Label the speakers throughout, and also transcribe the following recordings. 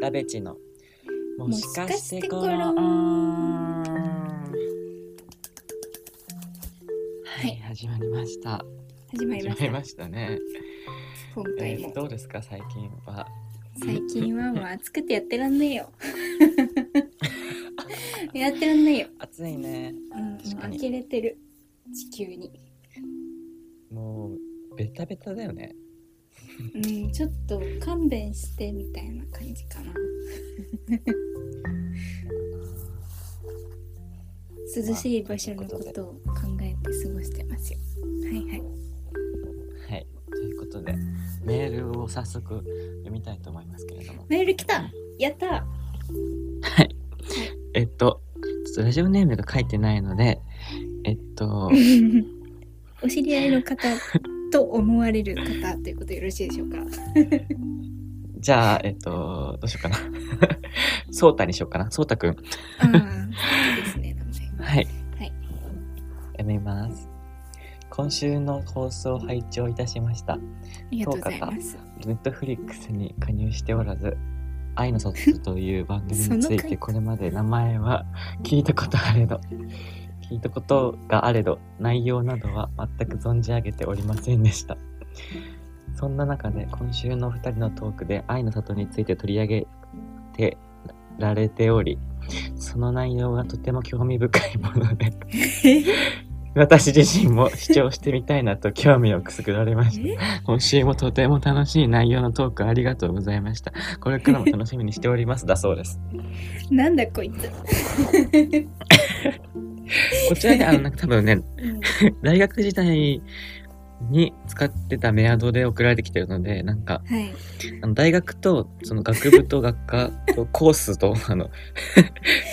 Speaker 1: ラベチの。もしかしてこ
Speaker 2: もしか
Speaker 1: の
Speaker 2: してこの
Speaker 1: は、
Speaker 2: はいい、
Speaker 1: 始まりました。
Speaker 2: 始まり
Speaker 1: 始
Speaker 2: ま
Speaker 1: ま
Speaker 2: した。
Speaker 1: りましたね。
Speaker 2: 今
Speaker 1: え
Speaker 2: 回
Speaker 1: ー
Speaker 2: も、
Speaker 1: どうですか、最近は。
Speaker 2: 最近はもう暑くてやってらんねえ よ。やってらんねえよ。
Speaker 1: 暑いね。
Speaker 2: うん、もう
Speaker 1: 確かに
Speaker 2: 呆れてる。地球に。
Speaker 1: もう、ベタベタだよね。
Speaker 2: うん、ちょっと勘弁してみたいな感じか な。涼しい場所のことを考えて過ごしてますよ。はいはい。
Speaker 1: はい。ということで、メールを早速読みたいと思いますけれども。
Speaker 2: メール来たやったは
Speaker 1: はい。えっと、ちょっとラジオネームが書いてないので、えっと、
Speaker 2: い お知り合いの方と思われる方ということでよろしいでしょうか
Speaker 1: じゃあ、えっと、どうしようかな。 そうたにしようかな。そうたくん。
Speaker 2: ああ、そうですね、名前が。
Speaker 1: はい。
Speaker 2: はい。
Speaker 1: 読みます。今週の放送を拝聴いたしました。
Speaker 2: ありがとうございます。
Speaker 1: ネットフリックスに加入しておらず、愛の卒という番組につい
Speaker 2: その回
Speaker 1: てこれまで名前は聞いたことあれど、聞いたことがあれど、内容などは全く存じ上げておりませんでした。そんな中で今週の2人のトークで愛の里について取り上げてられており、その内容がとても興味深いもので、 私自身も視聴してみたいなと興味をくすぐられました。今週もとても楽しい内容のトークありがとうございました。これからも楽しみにしております。だそうです。
Speaker 2: えなんだこいつ。
Speaker 1: こちらね、あの、なんか多分ね、
Speaker 2: うん
Speaker 1: 大学時代に使ってたメアドで送られてきてるので、なんか、
Speaker 2: はい。
Speaker 1: あの大学と、その学部と学科とコースと、 あの、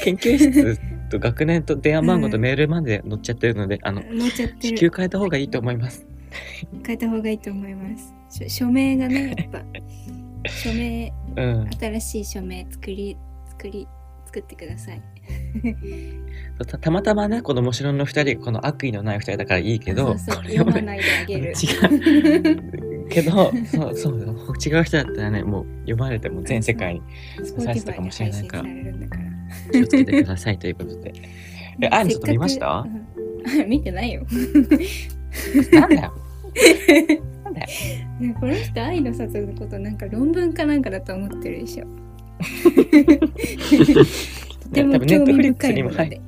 Speaker 1: 研究室と学年と電話番号とメールまで載っちゃってるので、あの、
Speaker 2: 乗っちゃって
Speaker 1: 至急
Speaker 2: る。
Speaker 1: 変えた方がいいと思います。
Speaker 2: 変えた方がいいと思います。しょ署名がね、やっぱ。署名、
Speaker 1: うん。
Speaker 2: 新しい署名作り、作り、作ってください。
Speaker 1: たたまたまね、このもしろんの二人がこの悪意のない二人だからいいけど、
Speaker 2: そうそう
Speaker 1: これを
Speaker 2: 読ま
Speaker 1: ね、
Speaker 2: ないであ げる。
Speaker 1: 違うけどそうそう違う人だったらねもう読まれても全世界に刺さ
Speaker 2: Spotify
Speaker 1: っ
Speaker 2: で
Speaker 1: てたかもしれ
Speaker 2: 配
Speaker 1: ない
Speaker 2: 信
Speaker 1: か
Speaker 2: さ
Speaker 1: ら
Speaker 2: れるんだから。
Speaker 1: 気をつけてくださいということでえアーニーちょっと見ました
Speaker 2: せっかくうん見てないよ。
Speaker 1: なんだよなんだよ
Speaker 2: ね、この人愛の里のことなんか論文かなんかだと思ってるで しょ。とても興味深いもの
Speaker 1: ね
Speaker 2: で。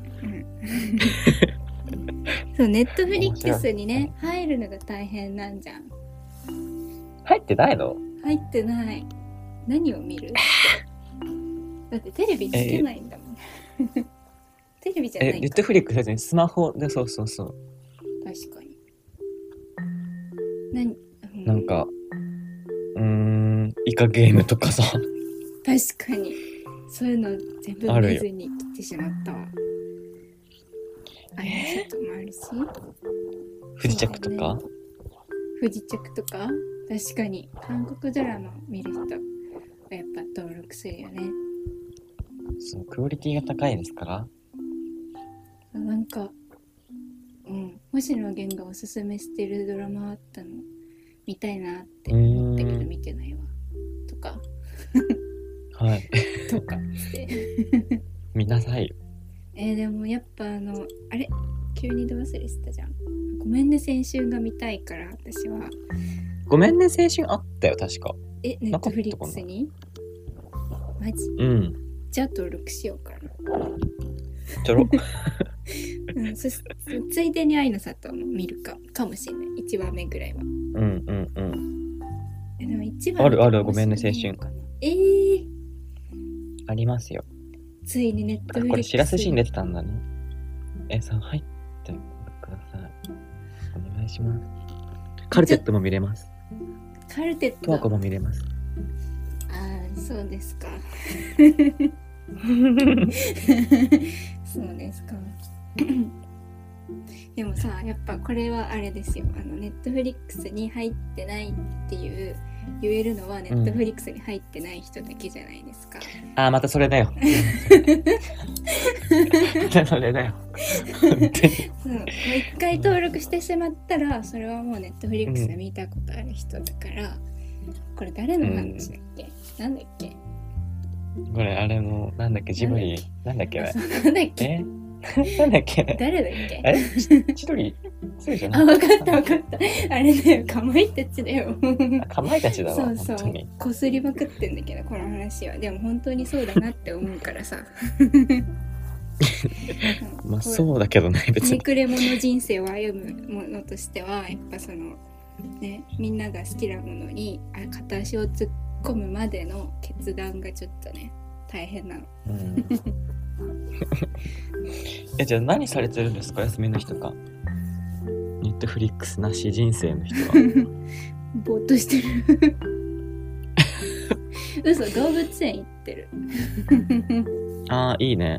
Speaker 2: うんそうネットフリックスにね入るのが大変なんじゃん
Speaker 1: 入ってないの
Speaker 2: 入ってない何を見るだってテレビつけないんだもん、テレビじゃな
Speaker 1: え
Speaker 2: い
Speaker 1: ネッ
Speaker 2: か
Speaker 1: トフリックスにスマホでそうそうそう
Speaker 2: 確かに何、うん
Speaker 1: なんかうーんイカゲームと かさ
Speaker 2: 確かにそういうの全部
Speaker 1: あるよ
Speaker 2: 見ずに来てしまったわあれちょっともあるし
Speaker 1: 不時着とか
Speaker 2: 不時着とか確かに韓国ドラマ見る人はやっぱ登録するよね
Speaker 1: そうクオリティが高いですから
Speaker 2: なんかうん星野源がおすすめしてるドラマあったの見たいなって思ったけど
Speaker 1: うーん
Speaker 2: 見てないわとか
Speaker 1: はい
Speaker 2: とかして
Speaker 1: 見なさいよ
Speaker 2: えーでもやっぱあのあれ急にど忘れしてたじゃんごめんね先週が見たいから私は
Speaker 1: ごめんね青春あったよ確か
Speaker 2: えネッ
Speaker 1: なか
Speaker 2: ト
Speaker 1: った
Speaker 2: フリッ
Speaker 1: かな
Speaker 2: クスにマジ
Speaker 1: うん
Speaker 2: じゃあ登録しようか な、
Speaker 1: ちょろ
Speaker 2: うん、そしついでに愛の里も見るかかもしれない1話目ぐらいは
Speaker 1: うんうんうん
Speaker 2: えでも一
Speaker 1: あ
Speaker 2: 番
Speaker 1: るあるごめんね青春
Speaker 2: えー、
Speaker 1: ありますよ。
Speaker 2: ついにネット
Speaker 1: あ
Speaker 2: フリックス
Speaker 1: これ、しらすシーン出てたんだね。え、さん、入ってください。お願いします。カルテットも見れます。
Speaker 2: カルテッ
Speaker 1: ト
Speaker 2: ト
Speaker 1: ワコも見れます。
Speaker 2: ああそうですかそうですか でもさやっぱこれはあれですよあのネットフリックスに入ってないっていう言えるのはネットフリックスに入ってない人だけじゃないですか、
Speaker 1: あー、またそれだよ。ま たそれだよ。本
Speaker 2: そ
Speaker 1: 当に
Speaker 2: うもう一回登録してしまったらそれはもうネットフリックスで見たことある人だから、これ誰の話だっけ、なんだっけ
Speaker 1: これあれもなんだっけジブリなんだっけあれ
Speaker 2: そうなんだっけ
Speaker 1: え なんだっけ
Speaker 2: 誰だっけ
Speaker 1: あれち千鳥そうじゃ
Speaker 2: あ、
Speaker 1: ない
Speaker 2: わかったわかった。あれだよ、かまいたちだよ。
Speaker 1: かまいたちだわ
Speaker 2: そう
Speaker 1: 本
Speaker 2: そう
Speaker 1: 当に。
Speaker 2: こすりまくってんだけど、この話は。でも本当にそうだなって思うからさ。
Speaker 1: まあ
Speaker 2: う
Speaker 1: そうだけどね
Speaker 2: ん。
Speaker 1: 別
Speaker 2: ひね
Speaker 1: に
Speaker 2: くれ者人生を歩むものとしては、やっぱその、ね、みんなが好きなものにあ片足を突っ込むまでの決断がちょっとね、大変なの。
Speaker 1: うんえじゃあ何されてるんですか休みの日とかネットフリックスなし人生の人は
Speaker 2: ぼーっとしてる。嘘、動物園行ってる。
Speaker 1: ああいいね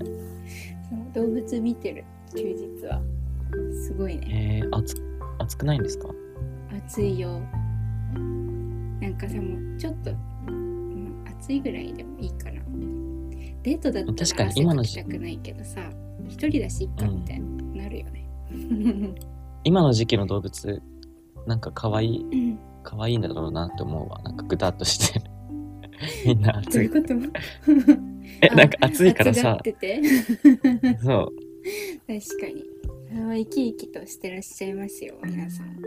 Speaker 2: そう動物見てる休日はすごいね
Speaker 1: えー、暑暑くないんですか
Speaker 2: 暑いよなんかさもうちょっと、うん暑いぐらいでもいいかなデートだった
Speaker 1: 確
Speaker 2: ら
Speaker 1: かに
Speaker 2: 汗
Speaker 1: 今
Speaker 2: か
Speaker 1: の
Speaker 2: き
Speaker 1: 時
Speaker 2: たくないけどさ一人だしいっかみたいななるよね、
Speaker 1: 今の時期の動物なんか可愛い
Speaker 2: うん
Speaker 1: 可愛いんだろうなって思うわなんかぐたっとして みんな
Speaker 2: どう
Speaker 1: 暑
Speaker 2: い
Speaker 1: い
Speaker 2: こ
Speaker 1: う
Speaker 2: と
Speaker 1: え
Speaker 2: あ
Speaker 1: なんか暑いから
Speaker 2: 暑が
Speaker 1: さ
Speaker 2: ってて
Speaker 1: そう
Speaker 2: 確かにあー生き生きとしてらっしゃいますよ皆さんは
Speaker 1: 本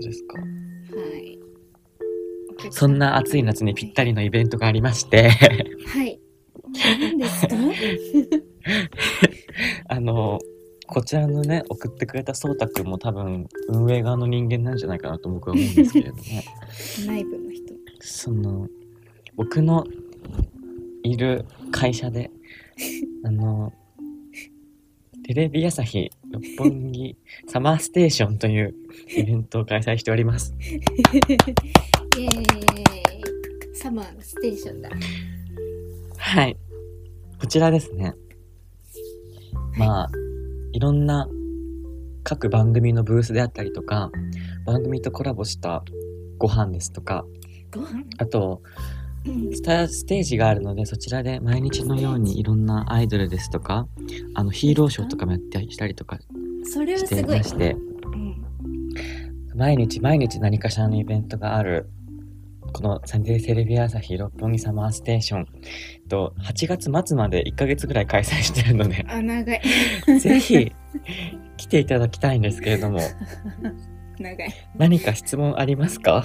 Speaker 1: 当ですか
Speaker 2: いお客様
Speaker 1: そんな暑い夏にぴったりのイベントがありまして
Speaker 2: はい何ですか
Speaker 1: あのこちらのね送ってくれたそうたくんも多分運営側の人間なんじゃないかなと僕は思うんですけれどね
Speaker 2: 内部の人
Speaker 1: その僕のいる会社であのテレビ朝日六本木サマーステーションというイベントを開催しております
Speaker 2: イエーイサマーのステーションだ。
Speaker 1: はいこちらですねまあいろんな各番組のブースであったりとか番組とコラボしたご飯ですとか
Speaker 2: ご飯
Speaker 1: あと
Speaker 2: うん
Speaker 1: スタステージがあるのでそちらで毎日のようにいろんなアイドルですとかあのヒーローショーとかもやったりしたりとか
Speaker 2: それは
Speaker 1: し
Speaker 2: す
Speaker 1: て
Speaker 2: ごい
Speaker 1: ま。して
Speaker 2: うん
Speaker 1: 毎日毎日何かしらのイベントがあるこのサンデーテレビ朝日六本木サマーステーションと8月末まで1ヶ月ぐらい開催してるので
Speaker 2: あ、長 い。
Speaker 1: ぜひ来ていただきたいんですけ れども
Speaker 2: 長い。
Speaker 1: 何か質問ありますか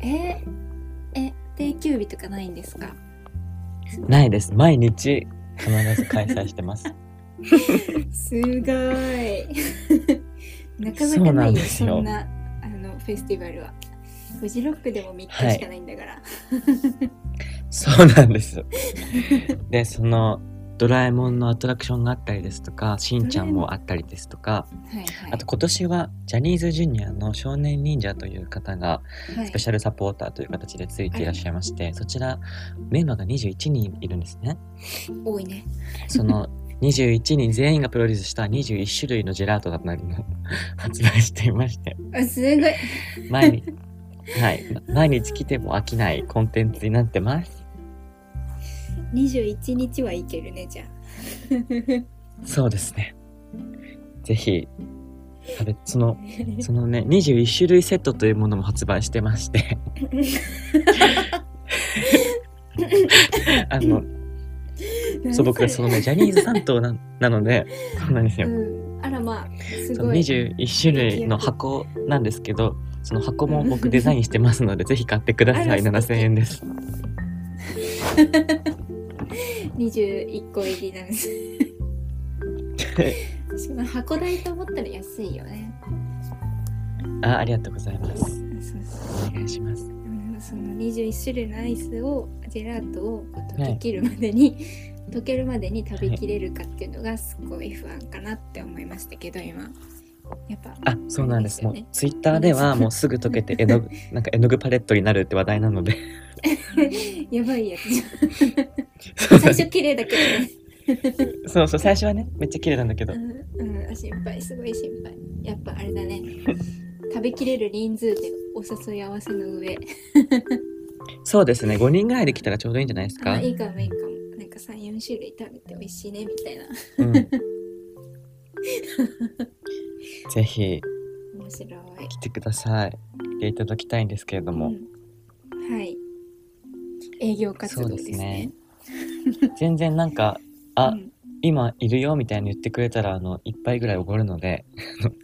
Speaker 2: えー、え、定休日とかないんですか
Speaker 1: ないです毎日必ず開催し てます
Speaker 2: すごい。なかな
Speaker 1: そ
Speaker 2: かな
Speaker 1: うないん
Speaker 2: よ、
Speaker 1: で
Speaker 2: そ
Speaker 1: す
Speaker 2: ん
Speaker 1: よ
Speaker 2: なあのフェスティバルは。フジロックでも3日しかないんだから。
Speaker 1: そうなんです。で、そのドラえもんのアトラクションがあったりですとか、しんちゃんもあったりですとか、
Speaker 2: はい、はい、
Speaker 1: あと今年はジャニーズジュニアの少年忍者という方が
Speaker 2: はい
Speaker 1: スペシャルサポーターという形でついていらっしゃいまして、そちらメンバーが21人いるんですね。
Speaker 2: 多いね。
Speaker 1: その21人全員がプロデュースした21種類のジェラートだったりも 発売していまして、
Speaker 2: あ、すごい。
Speaker 1: 毎日、はい、毎日来ても飽きないコンテンツになってます。
Speaker 2: 21日はいけるね、じゃあ。
Speaker 1: そうですね。ぜひ、食べ、その、そのね、21種類セットというものも発売してまして。あの、そう、僕がそのね、ジャニーズ担当ななので、そうなんですよ。
Speaker 2: うん、あらまあす
Speaker 1: そ
Speaker 2: ご
Speaker 1: の
Speaker 2: い
Speaker 1: 21種類の箱なんですけど、その箱も僕デザインしてますので、ぜひ買ってください。
Speaker 2: あら素
Speaker 1: 7000
Speaker 2: 敵
Speaker 1: 円です。
Speaker 2: 21個入りなんですその箱代と思ったら安いよね
Speaker 1: あ、ありがとうございます。
Speaker 2: そうそう
Speaker 1: お願いします。
Speaker 2: うんその21種類のアイスをジェラートをこう
Speaker 1: はい
Speaker 2: 溶けきるまでに、溶けるまでに食べきれるかっていうのがすごい不安かなって思いましたけど今やっぱ
Speaker 1: あ、そうなんです。
Speaker 2: そ
Speaker 1: も
Speaker 2: う
Speaker 1: う
Speaker 2: ですよね、
Speaker 1: ツイッターではもうすぐ溶けて、絵の具、なんか絵の具パレットになるって話題なので。
Speaker 2: やばいやつじゃん最初綺麗だけどね
Speaker 1: そうそう、最初はね、めっちゃ綺麗なんだけど
Speaker 2: う。ん、うん、心配すごい心配やっぱあれだね食べきれる人数でお誘い合わせの上
Speaker 1: そうですね、5人ぐらいで来たらちょうどいいんじゃないです
Speaker 2: あ
Speaker 1: か。
Speaker 2: いいかもいいかもなんか34種類食べて美味しいねみたいな
Speaker 1: うん。ぜひ
Speaker 2: 面白い
Speaker 1: 来てください。来ていただきたいんですけれど
Speaker 2: う
Speaker 1: も、
Speaker 2: んはい営業活動ですね。
Speaker 1: 全然なんか「あ
Speaker 2: うん
Speaker 1: 今いるよ」みたいに言ってくれたらあの一杯ぐらいおごるので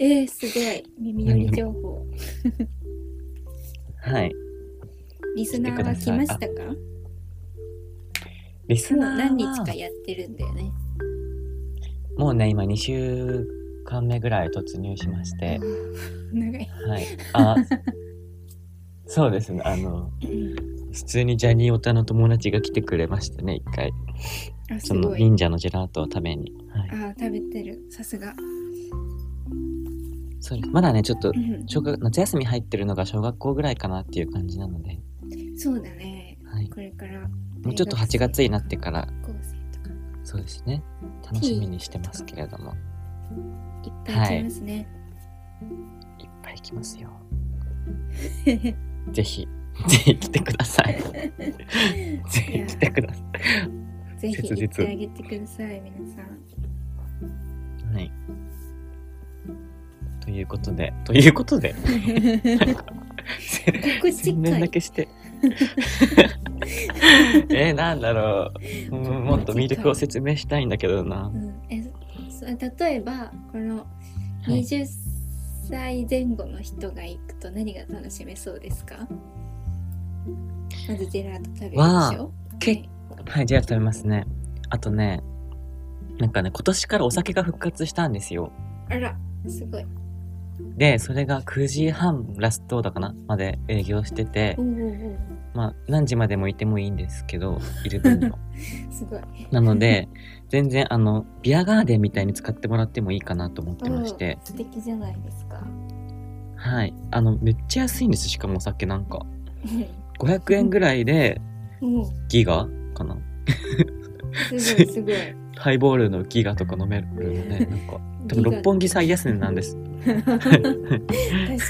Speaker 2: えー、すごい耳寄り情報。
Speaker 1: はい
Speaker 2: リスナーは来ましたか？
Speaker 1: リスナーは
Speaker 2: 何日かやってるんだよね。
Speaker 1: もうね今2週間目ぐらい突入しまして
Speaker 2: 長い。
Speaker 1: はいあそうですねあの普通にジャニーオタの友達が来てくれましたね一回
Speaker 2: あす
Speaker 1: その
Speaker 2: ごい。
Speaker 1: 忍者のジェラートを食べに、はい
Speaker 2: あ、ー食べてる。さすが。
Speaker 1: そうですまだねちょっと
Speaker 2: うん
Speaker 1: 小学夏休み入ってるのが小学校ぐらいかなっていう感じなので、
Speaker 2: そうだね。
Speaker 1: はい、
Speaker 2: これから
Speaker 1: もうちょっと8月になってから
Speaker 2: 高校生とか
Speaker 1: そうですね楽しみにしてますけれども
Speaker 2: いっぱい来ますね。
Speaker 1: いっぱい来ますよぜひぜひ来てくださいぜひ来てくださ
Speaker 2: ぜひ
Speaker 1: 切
Speaker 2: 行って
Speaker 1: 実
Speaker 2: あげてください、皆さん。
Speaker 1: いはいということでということで
Speaker 2: 告知
Speaker 1: 宣伝だ
Speaker 2: 会
Speaker 1: けして えー、なんだろううんもっと魅力を説明したいんだけどな
Speaker 2: う、ん、えそ例えばこの
Speaker 1: はい、
Speaker 2: 20歳前後の人が行くと何が楽しめそうですか、まずジェラート食べるでしょ
Speaker 1: けはいじゃあ食べますねあとねなんかね今年からお酒が復活したんですよ
Speaker 2: あらすごい
Speaker 1: でそれが9時半ラストだかなまで営業してて
Speaker 2: おうおう
Speaker 1: まあ何時までもいてもいいんですけどいる分には
Speaker 2: おうすごい
Speaker 1: なので全然あのビアガーデンみたいに使ってもらってもいいかなと思ってまして
Speaker 2: おう素敵じゃないですか
Speaker 1: はいあのめっちゃ安いんですしかもお酒なんか500円ぐらいで
Speaker 2: も
Speaker 1: ギガかな
Speaker 2: うすごい すごい
Speaker 1: ハイボールのギガとか飲めるの でなんか多
Speaker 2: ギガ
Speaker 1: 分六本木最安値なんです
Speaker 2: 確 か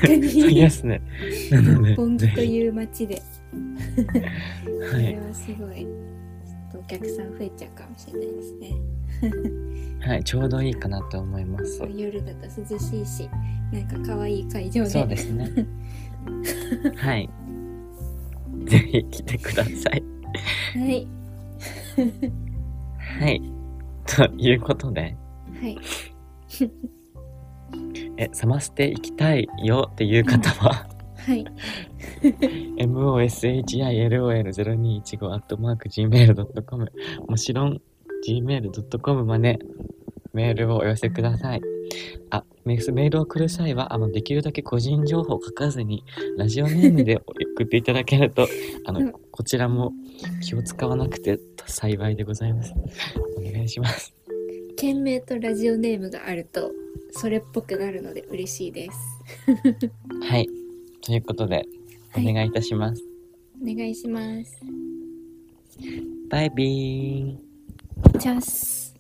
Speaker 1: 最
Speaker 2: に
Speaker 1: 安値なので
Speaker 2: 六本
Speaker 1: ぜ
Speaker 2: 木と
Speaker 1: ひ
Speaker 2: いう街でそ
Speaker 1: は
Speaker 2: れ
Speaker 1: い、
Speaker 2: はすごいちょっとお客さん増えちゃうかもしれないですね、
Speaker 1: はい、ちょうどいいかなと思います
Speaker 2: 夜だと涼しいしなんか可愛い会場で
Speaker 1: そうですね。 はい。ぜひ来てください。
Speaker 2: はい
Speaker 1: はい。ということで、
Speaker 2: はい
Speaker 1: え、サマステ行きたいよっていう方は、
Speaker 2: はい。
Speaker 1: moshilol0215-gmail.com もちろん gmail.com までメールをお寄せください。あ、メスメールを送る際は、あの、できるだけ個人情報を書かずに、ラジオネームで送っていただけると、 あ
Speaker 2: うん
Speaker 1: の、こちらも気を使わなくて幸いでございます。お願いします。
Speaker 2: 件名とラジオネームがあるとそれっぽくなるので嬉しいです。
Speaker 1: はい。ということで、お
Speaker 2: はい
Speaker 1: 願いいたします。
Speaker 2: お願いします。
Speaker 1: バイビーン。
Speaker 2: チャス。